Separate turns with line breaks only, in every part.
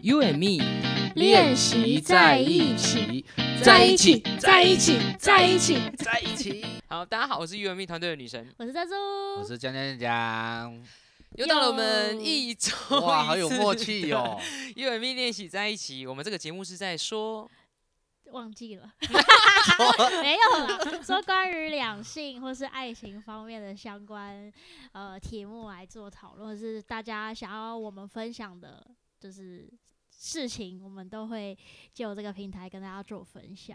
You and me
练习在一起，
在一起，在一起，在一起，在一起。好，大家好，我是 You and me 团队的女神，
我是大猪，
我是江江江
又到了我们一周
江，哇，好有默
一次
契
的
哦！
You and me E 练习在一起，我们这个节目是在说
忘记了，没有啦，说关于两性或是爱情方面的相关呃题目来做讨论，或是大家想要我们分享的，就是事情，我们都会借由这个平台跟大家做分享。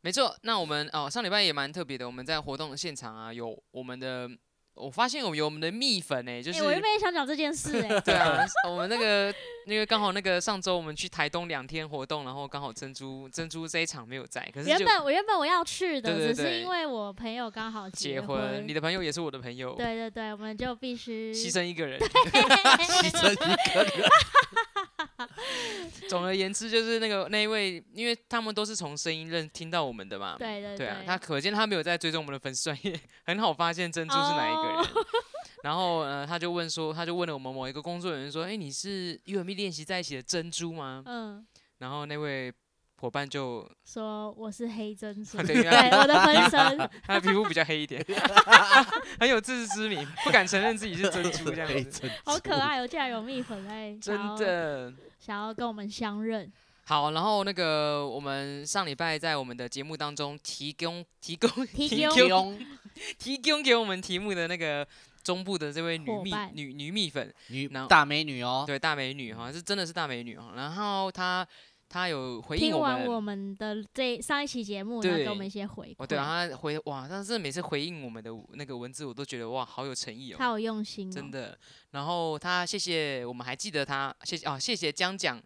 没错，那我们哦，上礼拜也蛮特别的，我们在活动现场啊，有我们的，我发现我们有我们的蜜粉哎、就
哎、
是、
我原本也想讲这件事、哎
，对啊， 我们那个那个刚好那个上周我们去台东两天活动，然后刚好珍珠珍珠这一场没有在，可是
原
就
本我原本我要去的，
对对
只是
对
因为我朋友刚好
结
婚
婚，你，的朋友也是我的朋友，
对对对，我们就必须
牺牲一 个人。
牺牲一个人，
总而言之，就是那个那一位，因为他们都是从声音认听到我们的嘛，
对对
对啊，他可见他没有在追踪我们的粉丝专业，很好发现珍珠是哪一个人。 然后呃，他就问说，他就问了我们某一个工作人员说：“哎、你是 U M B 练习在一起的珍珠吗
嗯，？”
然后那位伙伴就
说我是黑珍珠，
对
对我的分身，
他的皮肤比较黑一点，很有自知之明，不敢承认自己是珍珠这
黑
样子，
珍
好
珠
可爱哦！竟然有蜜粉在
真
想要
的。
想要跟我们相认，
好，然后那个我们上礼拜在我们的节目当中提供提供
提供
提供提供给我们题目的那个中部的这位女
伙
蜜
伴
女女蜜粉，
女
然后
大美女哦，
对大美女哈，是真的是大美女哈。然后她她有回应
听
我
完
们，
我们的这上一期节目，然后
对
给我们一些回
哦
馈，
对啊，她回哇，但是每次回应我们的那个文字，我都觉得哇，好有诚意哦。
他有用心、哦，
真。的。然后他谢谢我们还记得他，谢谢哦，谢谢江讲，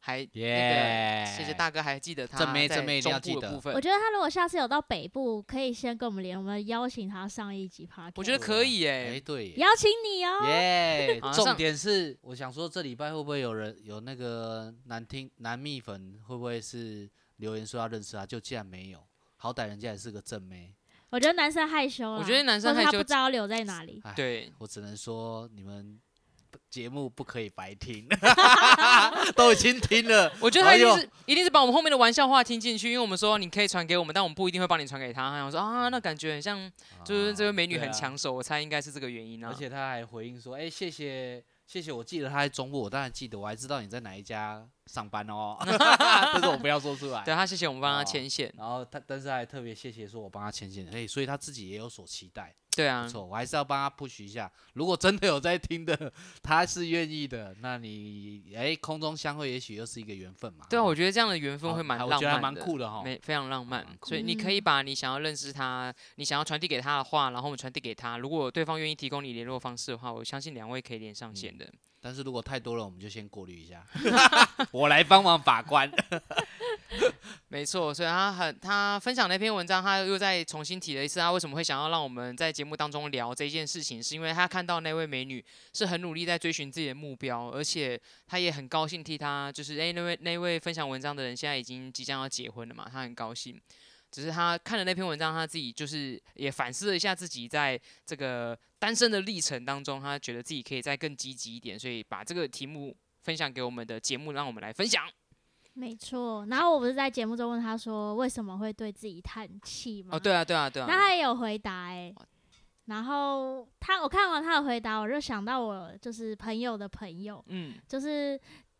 还
耶
那个谢谢大哥还记得他
哎正妹
在
正妹一定要
中部
记
的
得
部
我
分。
觉得他如果下次有到北部，可以先跟我们连，我们邀请他上一集 p o
我觉得可以
哎，
耶，
对耶，
邀请你哦。
耶
好！上
重点是，我想说这礼拜会不会有人有那个男听男蜜粉，会不会是留言说要认识他，就竟然没有，好歹人家也是个正妹，
我觉得男生害羞啦，
我觉得男生
或是
害
他
羞
不知道留在哪 里。
哎，
对，
我只能说你们不节目不可以白听，都已经听了，
我觉得他一
哎
定
呦
是、一定是把我们后面的玩笑话听进去，因为我们说你可以传给我们，但我们不一定会帮你传给他。然后说啊，那感觉很像， 就是这位美女
对
很
啊
抢手，我猜应该是这个原因啊
而。且他还回应说：“哎、谢谢谢谢，我记得他在中部，我当然记得，我还知道你在哪一家上班 哦，但是我不要说出来。
对啊他谢谢我们帮他
哦
牵线，
然后他，但是还特别谢谢说我帮他牵线，哎、所以他自己也有所期待，
对
不
啊，
错，我还是要帮他 push 一下。如果真的有在听的，他是愿意的，那你哎、空中相会，也许又是一个缘分嘛。
对啊，
好
我觉得这样的缘分
好
会蛮
还
浪
我觉得还
漫
蛮
的，
酷的哈。哦嗯
没非常浪漫
蛮，酷
所以你可以把你想要认识他，你想要传递给他的话，然后我们传递给他。如果对方愿意提供你联络方式的话，我相信两位可以连上
嗯
线的。
但是如果太多了，我们就先过滤一下， 我来帮忙把关。
没错，所以他很他分享那篇文章，他又再重新提了一次，他为什么会想要让我们在节目当中聊这件事情，是因为他看到那位美女是很努力在追寻自己的目标，而且他也很高兴替她，就是诶、那位那位分享文章的人现在已经即将要结婚了嘛，他很高兴。只是他看了那篇文章，他自己就是也反思了一下自己在这个单身的历程当中，他觉得自己可以再更积极一点，所以把这个题目分享给我们的节目，让我们来分享。
没错。然后我不是在节目中问他说为什么会对自己叹气吗？
哦，对啊，对啊，对啊。
那他也有回答哎、
哇
然后他我看完他的回答，我就想到我就是朋友的朋友，
嗯，
就是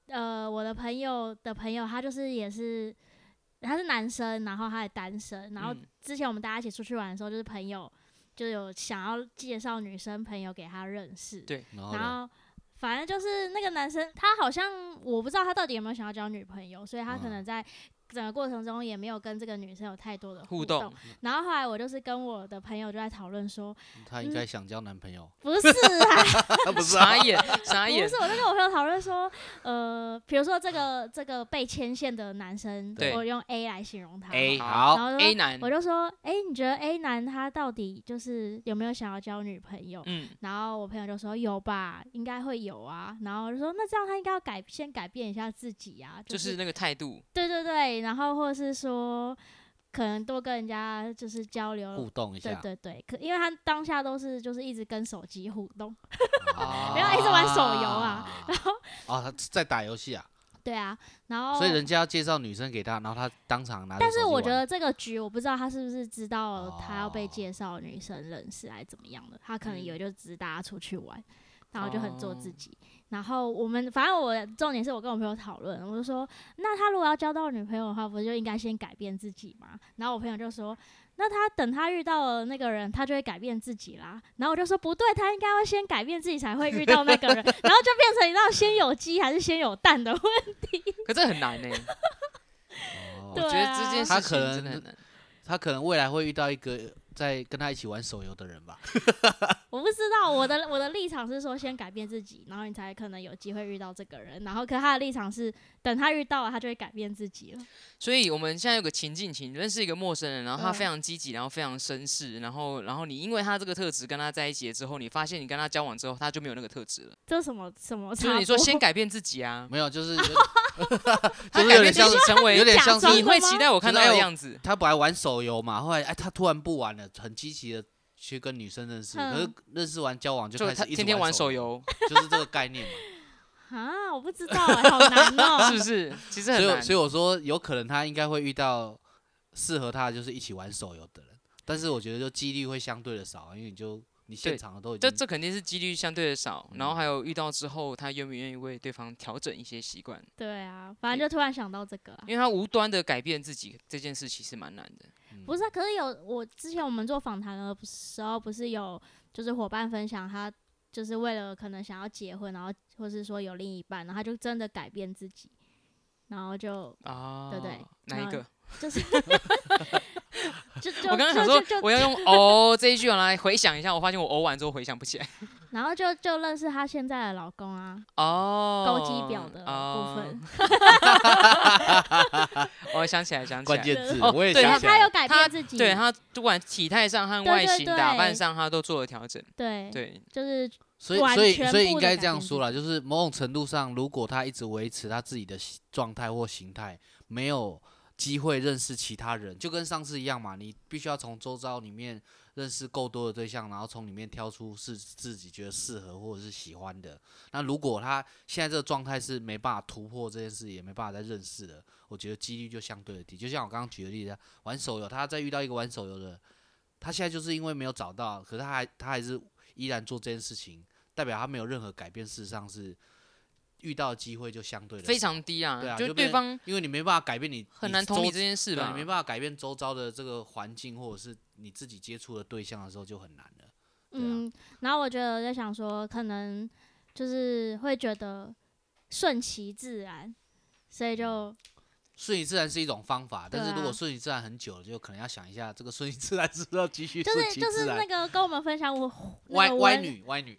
呃我的朋友的朋友，他就是也是他是男生，然后他也单身，然后
嗯
之前我们大家一起出去玩的时候，就是朋友就有想要介绍女生朋友给他认识，
对
然后
然
呢？
后反正就是那个男生，他好像我不知道他到底有没有想要交女朋友，所以他可
嗯
能在整个过程中也没有跟这个女生有太多的
互
动
动。
然后后来我就是跟我的朋友就在讨论说，
她应该想交男朋友。
不是啊，
不是
傻眼， 傻
不
眼
是，，我在跟我朋友讨论说，呃，比如说这个这个被牵线的男生，
对
我用 A 来形容他嗯好了。
A 好，
然后就说啊
A 男
我，就说，哎、你觉得 A 男他到底就是有没有想要交女朋友？
嗯，
然后我朋友就说有吧，应该会有啊。然后我就说那这样他应该要改先改变一下自己啊，、
就是是那个态度，
对对对，然后或者是说可能多跟人家就是交流
互，动一
对
下，
对对，可因为他当下都是就是一直跟手机互动，
啊
没有一直玩手游啊，
然后哦，他在打游戏啊，
对啊，然后
所以人家要介绍女生给他，然后他当场拿着
但
手机
是
玩。
我觉得这个局，我不知道他是不是知道他要被
哦
介绍女生认识，还是怎么样的。他可能
嗯
以为就只是大家出去玩，然后就很做自
哦
己。然后我们反正我重点是我跟我朋友讨论，我就说，那他如果要交到女朋友的话，不就应该先改变自己吗？然后我朋友就说，那他等他遇到了那个人，他就会改变自己啦。然后我就说不对，他应该要先改变自己才会遇到那个人，然后就 变成你知道先有鸡还是先有蛋的问题。
可这 很难呢、
哦
我
对
觉得这件
啊
事
他
情
可能
真的很难。
他可能未来会遇到一个在跟他一起玩手游的人吧。
我不知道我的我的立场是说先改变自己，然后你才可能有机会遇到这个人。然后，可他的立场是等他遇到了，他就会改变自己了。
所以我们现在有个情境，请认识一个陌生人，然后他
嗯
非常积极，然后非常绅士，然后然后你因为他这个特质跟他在一起了之后，你发现你跟他交往之后，他就没有那个特质了。
这什么什么
就
差
是
不多？
你说先改变自己啊，
没有，就是就
他
是
改
有
变
点
自
像
己
是
成为
有点
假
像是哎
装
你
的
会
吗
期待我看到
知道
的
我
样子。
他本来玩手游嘛，后来哎他突然不玩了，很积极的去跟女生认识，
嗯
可是认识完交往就
就
开
他
始一直
天天玩手
手，
游，
就是这个概念嘛。
啊，我不知道、欸，好难哦、
是不是？其实
所
很
以我
难。
所以我说有可能他应该会遇到适合他的就是一起玩手游的人，但是我觉得就几率会相对的少，因为你就你现
对
场的都已
这
经
这肯定是几率相对的少，
嗯
然后还有遇到之后，他愿不愿意为对方调整一些习惯，
对啊，反正就突然想到这个啊
因。为他无端的改变自己这件事其实蛮难的。
嗯
不是啊，可是有我之前我们做访谈的时候，不是有就是伙伴分享他就是为了可能想要结婚，然后或是说有另一半，然后他就真的改变自己，然后就
啊，
对对
哪一
那
个？
就是 就就
我刚刚
就
想说
就就
我 要用哦这一句来回想一下，我发现我哦完之后回想不 起来。
然后就就认识她现在的老公啊，
哦，
勾机表的部
哦
分。。
我想起来，想起来。
关键字
哦，
我也
对
然
想
后
起
她
来
有
了。
改
他
变自己，
对他不管体态上和
对
外
对
形打扮
对
上，他都做了调整。
对
对，啊
就是
所以
完
所以
全
所以
部
应
的
该
改
这样
变
说啦，就是某种程度上，如果他一直维持他自己的形状态或形态，没有机会认识其他人，就跟上次一样嘛，你必须要从周遭里面认识够多的对象，然后从里面挑出是自己觉得适合或者是喜欢的。那如果他现在这个状态是没办法突破这件事，也没办法再认识的，我觉得几率就相对的低。就像我刚刚举的例子啊，玩手游，他再遇到一个玩手游的，他现在就是因为没有找到，可是他还他还是依然做这件事情，代表他没有任何改变。事实上是遇到的机会就相对的
非，常低啊，
对啊
就
就
对
变
方
因为你没办法改变你
很难同理
你
这
周
件事
对啊
吧？
你没办法改变周遭的这个环境，或者是你自己接触的对象的时候就很难了。对啊
嗯，然后我觉得我在想说，可能就是会觉得顺其自然，所以
嗯
就
顺其自然是一种方法，但是
对
如果
啊
顺其自然很久了，就可能要想一下这个顺其自然是不是要继续
就
顺
是
其
就是
自然
那。个跟我们分享我那
歪
个
歪
文
女歪女，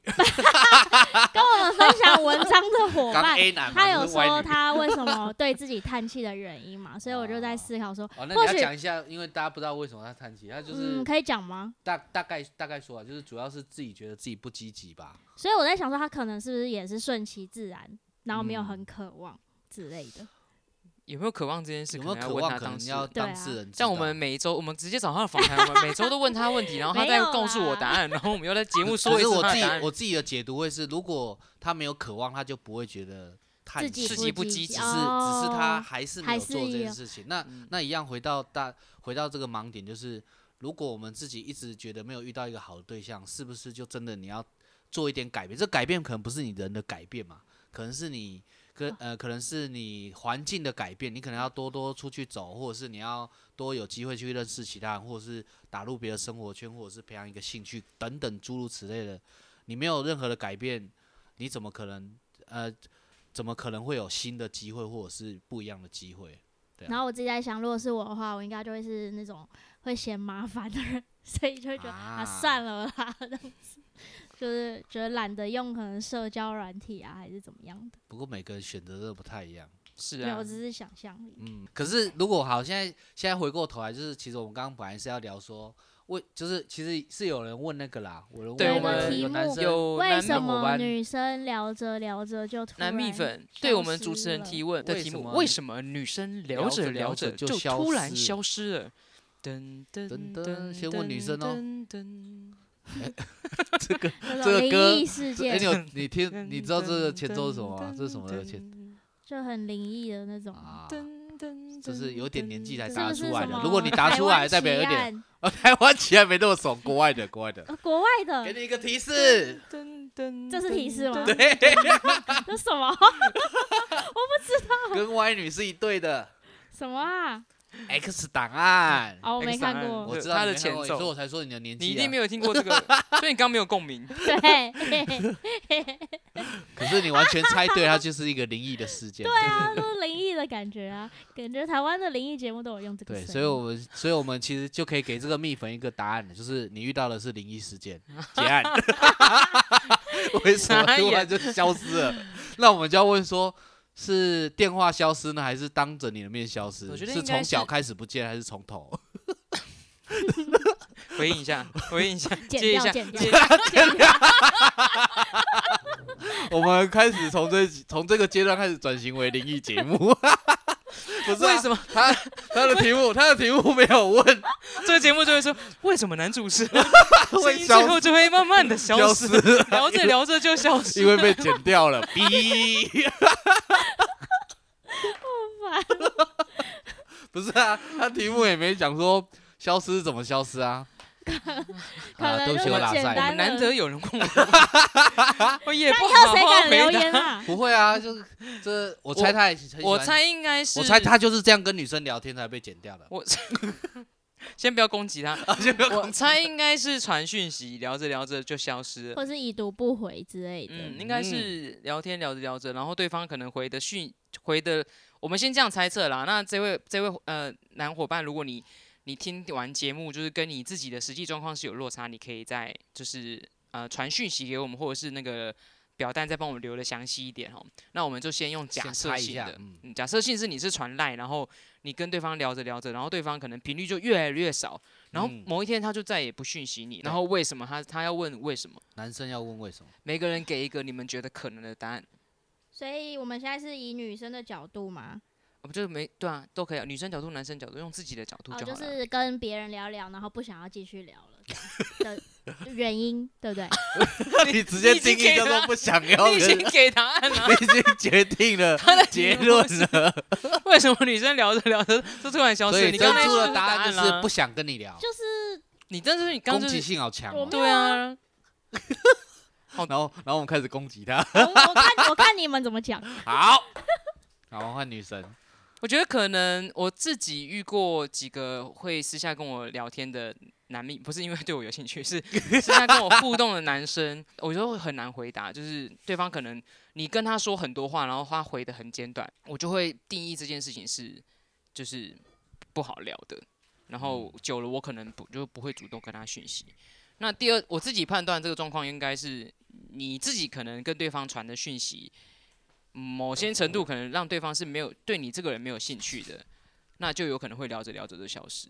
跟我们分享文章的伙
刚
伴，
A 男嘛，
他
就
有
是歪
说
女
他为什么对自己叹气的原因嘛，所以我就在
哦
思考说，
哦，那
或
你要
许
讲一下，因为大家不知道为什么他叹气，他就是
嗯，可以讲吗？
大大概大概说啊，就是主要是自己觉得自己不积极吧。
所以我在想说，他可能是不是也是顺其自然，然后没有
嗯
很渴望之类的。
有没有渴望这件事？
有没有
可能要
渴
问
望？
他
可
当
能
事
要
人
对
当
啊
事人知道。
像我们每周，我们直接找他的访谈，我们每周都问他问题，然后他
没
再
有啊
告诉我答案，然后我们又在节目
可
说一
是
次
我
他
自
的
己
答案
我。自己的解读会是，如果他没有渴望，他就不会觉得叹
自
息
己
自
不
己不积
积
只
极
极
是只
哦
是他还是没
还
有
是
做这
有
件事情。那
嗯
那一样回到大回到这个盲点，就是如果我们自己一直觉得没有遇到一个好的对象，是不是就真的你要做一点改变？这改变可能不是你人的改变嘛，可能是你可
哦
呃可能是你环境的改变，你可能要多多出去走，或者是你要多有机会去认识其他人，或者是打入别的生活圈，或者是培养一个兴趣等等诸如此类的。你没有任何的改变，你怎么可能呃怎么可能会有新的机会或者是不一样的机会？对啊
然后我自己在想，如果是我的话，我应该就会是那种会嫌麻烦的人， 所以就会觉得啊
啊
算了啦，这样子，就是觉得懒得用可能社交软体啊，还是怎么样的。
不过每个人选择都不太一样。
是
对，
啊
我，只是想象力。
嗯，可是如果好，现在现在回过头来，就是其实我们刚刚本来是要聊说，问就是其实是有人问那个啦，有人
对
问
我
们
们
有
有
个题
男
目
生
有
为
男
什
伙
么
伴
女生聊着聊着就突然
男蜜粉对我们
消
主持人
失
提问的
为
题
什
目，
么
为
女
什么女生
聊
聊
着
着
聊
聊
着
着
就
就
消
突然
失
消失了？噔噔
噔
噔
噔先问女生哦
噔噔
这个这
那种
个
灵
歌
异事
哎，
件
你有你听
噔
你知道这个
噔
前奏是什么
噔
吗？这是什么的前？
噔
就很灵异的那种啊。
啊，
噔噔，
就是有点年纪才
是
答
不
出
是
来
什
的。
么
如果你答
台
出
湾
来，代表有
奇
点
案
哦， 台湾起来没那么怂，国外的，国外的。
呃国外
嗯
给
的，
你一个提 示，
噔噔，
这是提 示吗？
对，
这什么
跟歪女是一对的。
什么啊？
X 档案，
哦，我没
X 档
看
案
过。
我知道
他
你没
的
看
前
过你
奏
所以我才说你的年纪、
你
啊。
一定没有听过这 个，所以你刚没有共 鸣。
对，嘿嘿嘿
可是你完全猜对，它就是一个灵异的事 件。对
啊，都是灵异的感觉啊，感觉台湾的灵异节目都有用这个声
对，
啊
音。
所以我们，所以我们其实就可以给这个蜜粉一个答案了，就是你遇到的是灵异事件，结案。 为什么突然就消失了？那我们就要问说，是电话消失呢，还是当着你的面消失？
我觉得
是
应该
从小
是
开始不见，还是从头？
回应一下，回应一下，
剪
接一
掉
下，
剪掉
接一下
我们开始从这从这个阶段开始转型为灵异节目。 不是、啊，
为什么
他他的题目，他的题目没有问
这个节目就会说，为什么男主持人 声
会
音
消
最后就会慢慢的消
消
失，
失，
聊着聊着就消 失
因？为被剪掉 了。哔， 不是啊，他题目也没讲说消失怎么消失啊。
可能
啊，对不起，
就
我
是
拉
简
我
塞。
单
们难得有人共鸣，我 也不
那以后
好
谁
好
敢留
回
言
答。
啊？
不会啊，就是这，我猜他也很喜欢
我，猜应该是，
我猜，他就是这样跟女生聊天才被剪掉的。
我先不要攻 击他，
啊，就不要
我猜应该是传讯息，聊着聊着就消失了。
或是已读不回之类的。
嗯，应该是聊天聊着聊着，然后对方可能回的讯回的，我们先这样猜测啦。那这位这位呃男伙伴，如果你你听完节目，就是跟你自己的实际状况是有落差，你可以再就是呃传讯息给我们，或者是那个表单再帮我们留的详细一点哦。那我们就先用假
先
设
猜一
性
下
的，
嗯
嗯，假设性是你是传赖，然后你跟对方聊着聊着，然后对方可能频率就越来越少，然后
嗯
某一天他就再也不讯息你，然后为什么他他要问为什么？
男生要问为什么？
每个人给一个你们觉得可能的答案，
所以我们现在是以女生的角度嘛，
啊不就是没对啊，都可以啊，女生角度、男生角度，用自己的角度
哦，
就好
就
了。
是跟别人聊聊，然后不想要继续聊了 这样的原因，对不对？
你直接
你已经
定义叫
给
做
了
不想要
你已
人
经给答案了，
你已经决定了结论 了，
为什么女生聊着聊着就突然消
所
失？
以
你
珍
刚才
珠
说
的答案就
啦
是不，想跟你聊，
就是
啊你但是你刚
攻
就
击
是
性好强
我
哦。
没有
对啊，
然后，然后我们开始攻击他。
我我看我看你们怎么讲，
好，好换女神，
我觉得可能我自己遇过几个会私下跟我聊天的男蜜， 不是因为对我有兴趣， 是私下跟我互动的男生， 我就会很难回答。就是对方可能你跟他说很多话，然后他回的很简短，我就会定义这件事情是就是不好聊的。然后久了，我可能不就不会主动跟他讯息。那第二，我自己判断这个状况应该是你自己可能跟对方传的讯息，某些程度可能让对方是没有对你这个人没有兴趣的，那就有可能会聊着聊着就消失。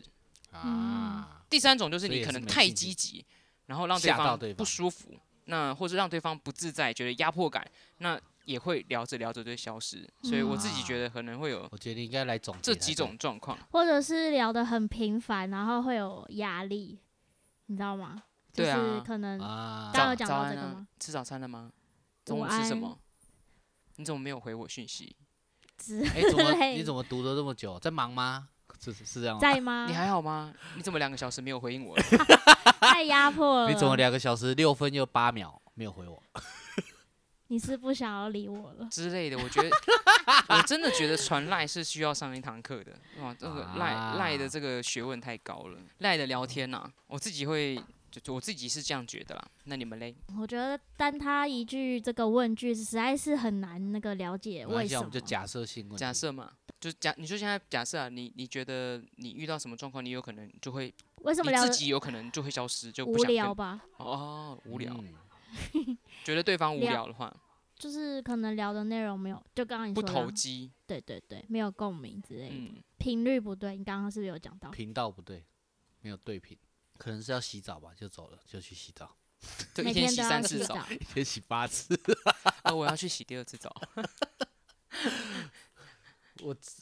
啊，
第三种就是
所以
你
也
可
是
能
没
太
兴趣
积极，然后让
吓到
方
对方
不舒服，那或者让对方不自在，觉得压迫感，那也会聊着聊着就消失。所以我自己
嗯
觉得可能会有
我觉得应该来总结
这
才
几
对
种状况。
或者是聊得很频繁，然后会有压力，你知道吗？就
对啊
是可能
啊
刚刚有
早
讲
早
到这
安
个
啊
吗？，
吃早餐了吗？
午
中午吃什
安
么？你怎么没有回我讯息？
之
哎，怎么
类
你怎么读了这么久？在忙吗？是是是这样吗？
在吗
你？还好吗？你怎么两个小时没有回应我了？
太压迫 了。
你怎么？两个小时六分又八秒没有回我？
你是不想要理我了？
之类的，我 觉得我真的觉得传赖是需要上一堂课的哇，这个赖赖的
啊
这个学问太高了，赖的聊天呐、我自己会就就我自己是这样觉得啦。那你们嘞？
我觉得单他一句这个问句，实在是很难那个了解
没关
为
系啊我
什
们。
么
就假设性问题
假设嘛，就假你说现在假设啊，你你觉得你遇到什么状况，你有可能就会
为什么
你
聊
自
得
己有可能就会消失，就不
无
想
聊
跟
吧？
哦无聊，
嗯
觉得对方无
聊
聊的话
就是可能聊的内容没有，就刚刚你
不
说的
投
啊，
机，
对对对，没有共鸣之类的，
嗯，
频、率不对。你刚刚是不是有讲到？
频道不对，没有对频，可能是要洗澡吧，就走了，就去洗 澡，
就一
每
天
都
洗
要
三
洗
次澡，
澡，
一天洗八次。
啊，我要去洗第二次澡，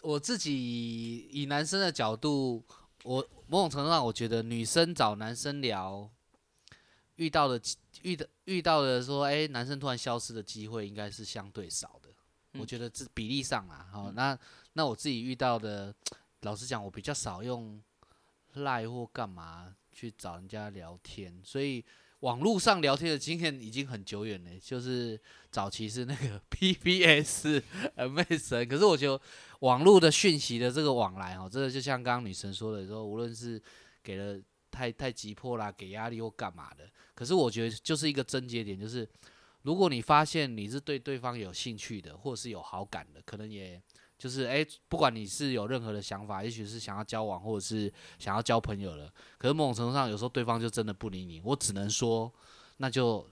我自己以男生的角度，我某种程度上，我觉得女生找男生聊，遇到的机遇的遇到的说，哎、男生突然消失的机会应该是相对少的。我
嗯
觉得这比例上啦，好、那那我自己遇到的，老实讲，我比较少用赖或干嘛去找人家聊天，所以网络上聊天的经验已经很久远了，就是早期是那个 PPS MSN，可是我觉得网络的讯息的这个往来哦，真的就像刚刚女神说的说，无论是给了太太急迫啦，给压力或干嘛的，可是我觉得就是一个症结点，就是如果你发现你是对对方有兴趣的，或者是有好感的，可能也就是诶，不管你是有任何的想法，也许是想要交往，或者是想要交朋友了，可是某种程度上，有时候对方就真的不理你，我只能说，那就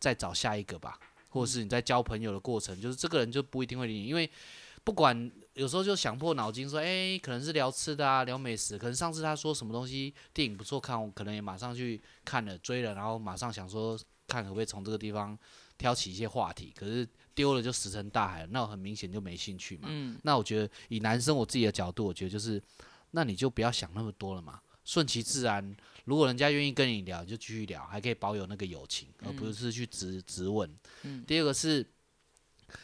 再找下一个吧，或者是你在交朋友的过程，就是这个人就不一定会理你，因为不管有时候就想破脑筋说，诶，可能是聊吃的啊，聊美食，可能上次他说什么东西电影不错看，我可能也马上去看了追了，然后马上想说看可不可以从这个地方挑起一些话题，可是丢了就石沉大海了，那我很明显就没兴趣嘛。
嗯，
那我觉得以男生我自己的角度，我觉得就是，那你就不要想那么多了嘛，顺其自然。如果人家愿意跟你聊，你就继续聊，还可以保有那个友情，而不
嗯
是去直直问。
嗯
第二个是，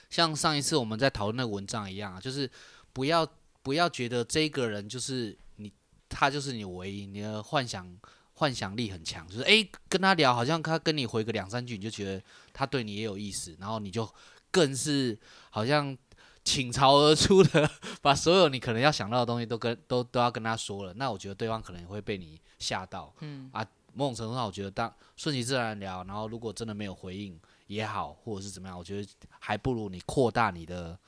像上一次我们在讨论那个文章一样啊，就是不要不要觉得这个人就是你，他就是你唯一，你的幻想。幻想力很强，就是诶，跟他聊，好像他跟你回个两三句，你就觉得他对你也有意思，然后你就更是好像倾巢而出的 把所有你可能要想到的东西都跟都都要跟他说了，那我觉得对方可能也会被你吓到。嗯啊，某种程度上，我觉得当顺其自然聊，然后如果真的没有回应也好，或者是怎么样，我觉得还不如你扩大你的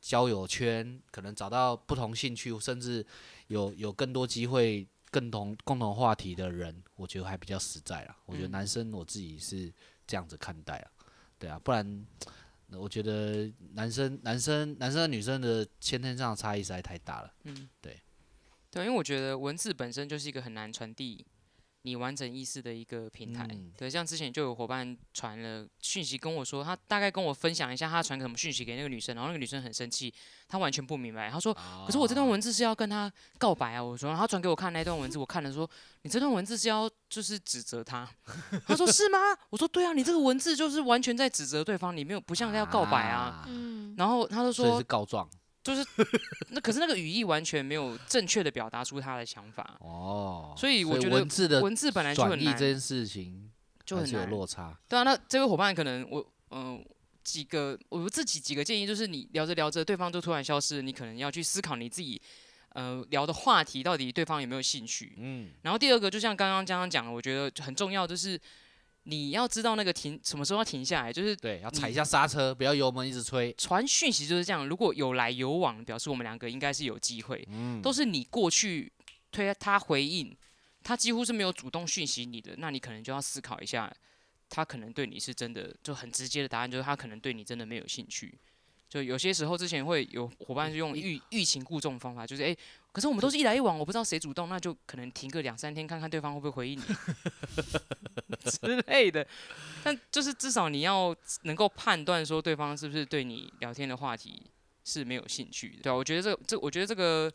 交友圈，可能找到不同兴趣，甚至有有更多机会。共同共同话题的人，我觉得还比较实在啦。我觉得
嗯
男生我自己是这样子看待啊，对啊，不然我觉得男生、男生、男生和女生的先天上的差异实在太大了。
对，因为我觉得文字本身就是一个很难传递你完整意思的一个平台。
嗯
对，像之前就有伙伴传了讯息跟我说，他大概跟我分享一下他传什么讯息给那个女生，然后那个女生很生气，她完全不明白，她说。
哦
可是我这段文字是要跟她告白啊！我说，然后她传给我看那段文字，我看了说，你这段文字是要就是指责她。她说是吗？我说对啊，你这个文字就是完全在指责对方，你没有不像在要告白啊。
嗯，
然后她就
所以
说
是，告状
那可是那个语义完全没有正确的表达出她的想法，
哦。
所以我觉得
文字的
文字本来就
转
很
译
难
这，件事情
就
还
很
是有
难。
落差。
对啊，那这位伙伴可能我嗯、几个我自己几个建议就是，你聊着聊着，对方就突然消失，你可能要去思考你自己呃聊的话题到底对方有没有兴趣。
嗯，
然后第二个，就像刚刚刚刚讲的，我觉得很重要，就是你要知道那个停什么时候要停下来，就是
对，要踩一
你
下刹车，不要油门一直吹。
传讯息就是这样，如果有来有往，表示我们两个应该是有机会。都是你过去推他回应，他几乎是没有主动讯息你的，那你可能就要思考一下，他可能对你是真的就很直接的答案，就是他可能对你真的没有兴趣。就有些时候之前会有伙伴是用欲欲擒故纵的方法，就是诶，可是我们都是一来一往，我不知道谁主动，那就可能停个两三天，看看对方会不会回应你 之类的。但就是至少你要能够判断说对方是不是对你聊天的话题是没有兴趣的。对啊，我觉得这这，我觉得这个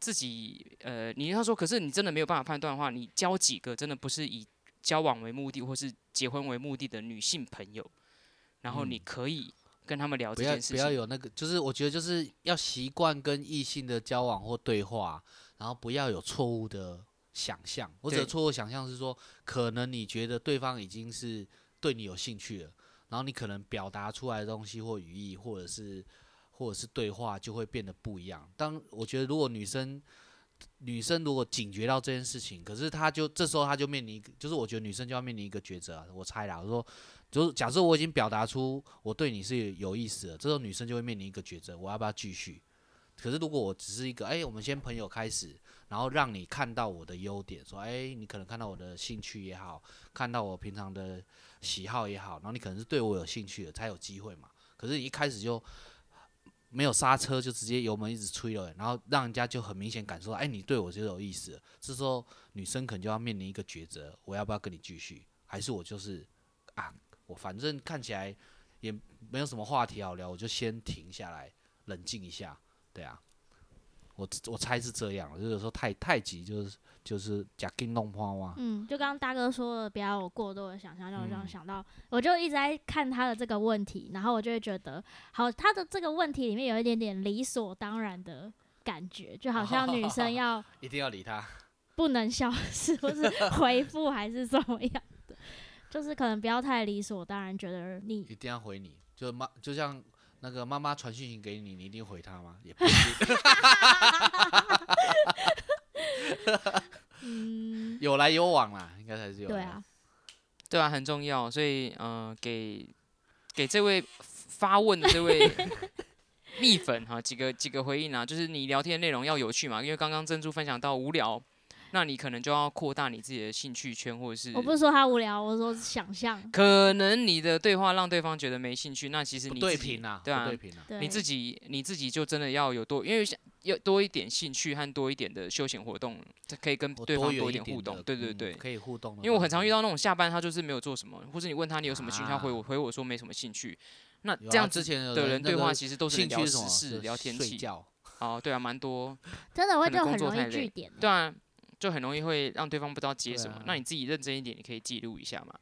自己呃，你要说，可是你真的没有办法判断的话，你交几个真的不是以交往为目的或是结婚为目的的女性朋友，然后你可以跟他们聊
嗯不
这
要
件事
不要
情。
有那个，就是我觉得就是要习惯跟异性的交往或对话，啊然后不要有错误的想象。我指的
对
错误想象是说，可能你觉得对方已经是对你有兴趣了，然后你可能表达出来的东西或语义，或者是或者是对话就会变得不一样。当我觉得如果女生女生如果警觉到这件事情，可是她就这时候她就面临一个，就是我觉得女生就要面临一个抉择啊。我猜啦，我说就是假设我已经表达出我对你是有意思了，这时候女生就会面临一个抉择，我要不要继续？可是如果我只是一个，哎、我们先朋友开始，然后让你看到我的优点，说，哎、你可能看到我的兴趣也好，看到我平常的喜好也好，然后你可能是对我有兴趣的，才有机会嘛。可是你一开始就没有刹车，就直接油门一直吹了，然后让人家就很明显感受到，哎、你对我是有意思的。这时候女生可能就要面临一个抉择，我要不要跟你继续，还是我就是啊，我反正看起来也没有什么话题好聊，我就先停下来冷静一下，对啊。我我猜是这样，就是有时候太太急，就是就是假定弄花哇。
嗯，就刚刚大哥说的，不要有过多的想象，让我让我
嗯
想到，我就一直在看他的这个问题，然后我就会觉得，好，他的这个问题里面有一点点理所当然的感觉，就好像女
哦
生要
一定要理他。
不能消失，或 是回复还是怎么样的，就是可能不要太理所当然，觉得你
一定要回你，就妈就像那个妈妈传讯息给你，你一定回她吗？也不一定，
嗯，
有来有往啦，应该还是有。
对啊，，
对啊，很重要，所以嗯、呃给给这位发问的 这位蜜粉哈几个几个回应啊，就是你聊天内容要有趣嘛，因为刚刚珍珠分享到无聊，那你可能就要扩大你自己的兴趣圈，或者是
我不是说他无聊，我说想象，
可能你的对话让对方觉得没兴趣，那其实
不
你
对
自己
平啊，
对啊
不对平啊。
对，
你自己你自己就真的要有多，因为像要多一点兴趣和多一点的休闲活动，才可以跟
我
对方
元
多
哦一
点互
的
动。对对
嗯
对，
可以互动的。
因为我很常遇，到那种下班他就是没有做什么，或者你问他你有什么兴趣，他回
啊
我回我说没什么兴趣。那
有
这
啊
样
之
子
前有
的人
那
对话
个
其实都是
兴趣
聊
是什
时
么
事、
就
聊天
睡
气
觉。嗯
哦，对啊，蛮多，
真的会
可能
就
工
很
作
容
太
易
累
据点，
对啊，就很容易会让对方不知道接
对
什么
啊。
那你自己认真一点，你可以记录一下嘛。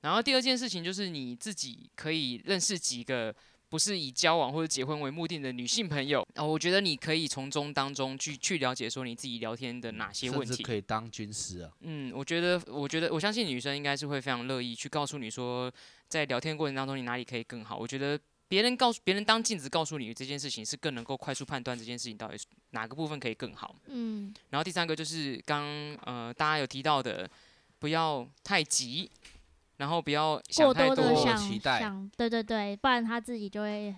然后第二件事情就是你自己可以认识几个不是以交往或者结婚为目的的女性朋友哦，我觉得你可以从中当中去去了解说你自己聊天的哪些
嗯甚
问
至
题。
可以当军师啊？
嗯，我觉得，我觉得，我相信女生应该是会非常乐意去告诉你说，在聊天过程当中你哪里可以更好。我觉得别人告诉别人当镜子告诉你这件事情，是更能够快速判断这件事情到底是哪个部分可以更好。
嗯，
然后第三个就是刚呃大家有提到的，不要太急，然后不要想
过
太
多的
多
想
期待
想，对对对，不然他自己就会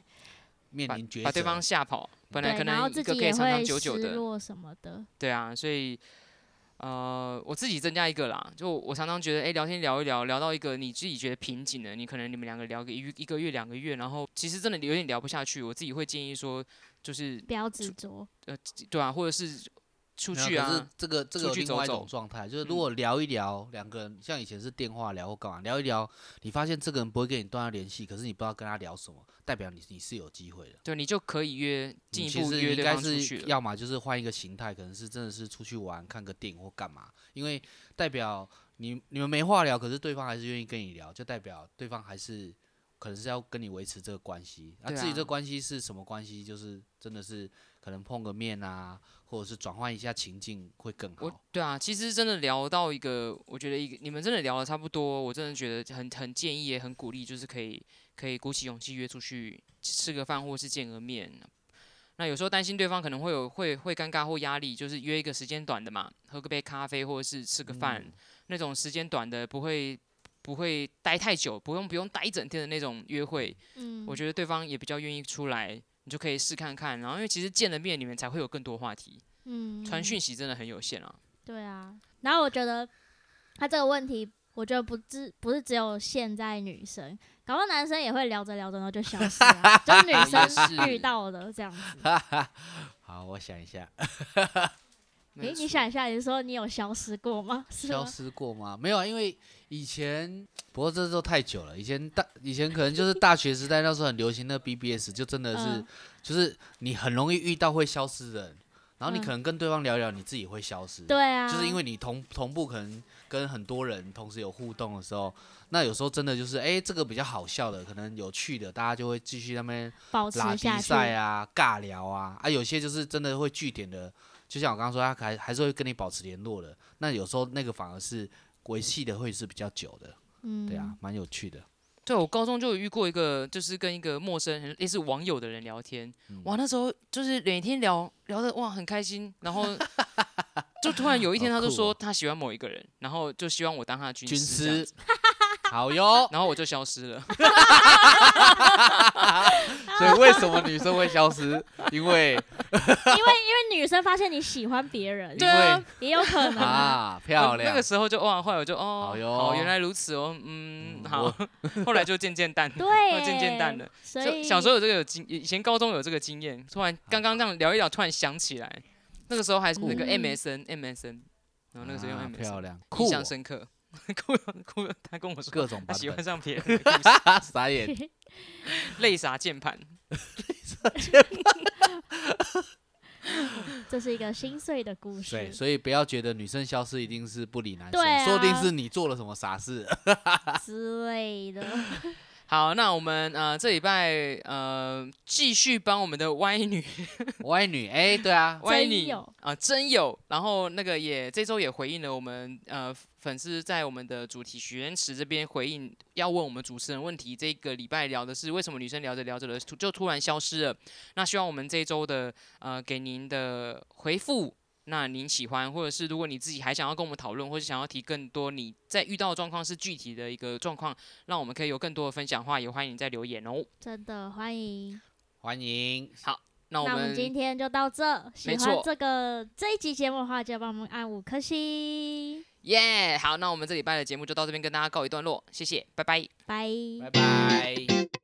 面
把
临抉择，
把对方吓跑，本来
对，
可
然后
能
自
一个
己
可以
也
长长
会
久久
失
的，
落什么的，
对啊，所以呃，我自己增加一个啦，就我常常觉得，哎、聊天聊一聊，聊到一个你自己觉得瓶颈了，你可能你们两个聊个一一个月、两个月，然后其实真的有点聊不下去，我自己会建议说，就是
不要执着，
对啊，或者是出
没有可
去
是
啊，
这个这个
出
有
去
另外一
走
种
走
状态，就是如
嗯
果聊一聊，两个人像以前是电话聊或干嘛，聊一聊，你发现这个人不会跟你断绝联系，可是你不知道跟他聊什么，代表你你是有机会的。
对，你就可以约进
你
一
其
步
实
约
应
对
该
方出
是
去了。
要么就是换一个形态，可能是真的是出去玩、看个电影或干嘛，因为代表你你们没话聊，可是对方还是愿意跟你聊，就代表对方还是可能是要跟你维持这个关系。那、
对
至于
啊
这关系是什么关系，就是真的是可能碰个面啊，或者是转换一下情境会更
我
好。
对啊，其实真的聊到一个，我觉得一个你们真的聊的差不多，我真的觉得很很建议也很鼓励，就是可以可以鼓起勇气约出去吃个饭或是见个面。那有时候担心对方可能会有会会尴尬或压力，就是约一个时间短的嘛，喝个杯咖啡或者是吃个饭，
嗯
那种时间短的不会不会待太久，不用不用待一整天的那种约会，
嗯，
我觉得对方也比较愿意出来，你就可以试看看。然后因为其实见了面，你们才会有更多话题，
嗯
传讯息真的很有限啊。
对啊，然后我觉得他这个问题，我觉得不只不是只有现在女生，搞不好男生也会聊着聊着然后就消失了，就 女生
是
遇到的这样子。
好，我想一下，
没
诶，你
错
想一下，你说你有消失过吗？ 是
消
吗
失过吗？没有啊，因为以前，不过这都太久了。以前大，以前可能就是大学时代，那时候很流行那 BBS，就真的是，
嗯
就是你很容易遇到会消失的人，然后你
嗯
可能跟对方聊聊，你自己会消失。
对啊，
就是因为你同同步可能跟很多人同时有互动的时候，那有时候真的就是，哎、这个比较好笑的，可能有趣的，大家就会继续在那边
保持
拉低
下去，
赛啊、尬聊啊，啊，有些就是真的会据点的，就像我刚刚说，他还还是会跟你保持联络的。那有时候那个反而是维系的会是比较久的，
嗯，
对啊，，蛮有趣的。
对，我高中就有遇过一个，就是跟一个陌生人，类似网友的人聊天，
嗯
哇，那时候就是每天聊聊的哇很开心，然 后就突然有一天
好
他就
酷
说
哦
他喜欢某一个人，然后就希望我当他的军
军
师这样
师
子，，
好哟。
然后我就消失了。
所以为什么女生会消失？因为
因为女生发现你喜欢别人，
对 啊哦
因
也有可能
为 啊，漂亮
那个。时候就哇，后来我就哦，
好哟
好，原来如此哦，嗯，
嗯
好，后来就渐 渐淡，
对耶，
渐渐淡了。
所
就
以
小时候有这个有经，以前高中有这个经验，突然刚刚这样聊一聊，突然想起来，那个时候还是那个
嗯
MSN MSN，然后那个时候
哦啊
用
漂
MSN，
亮，
印
酷哦
象深刻， 哭哭，他跟我说
各种
他
版
喜欢
本，啊
上别 人的故事，
傻 眼。
泪洒键盘，
这是一个心碎的故
对，
事。
所以不要觉得女生消失一定是不理男生，
对啊
说不定是你做了什么傻事。
之类的，
好，那我们呃这礼拜呃继续帮我们的歪女
歪女，哎、对啊，
歪女啊
友、
真有，然后那个也这周也回应了我们呃粉丝在我们的主题许愿池这边回应要问我们主持人问题，这个礼拜聊的是为什么女生聊着聊着的突就突然消失了。那希望我们这一周的呃给您的回复。那您喜欢，或者是如果你自己还想要跟我们讨论，或是想要提更多你在遇到的状况是具体的一个状况，让我们可以有更多的分享的话，也欢迎你再留言哦。
真的欢迎。
欢迎，
那我
那我
们
们今天就到这，喜
没
欢
错
这个这一集节目的话，就帮我们按五颗星，
耶好，那我们这礼拜的节目就到这边跟大家告一段落，谢谢，拜拜。
拜。
拜拜。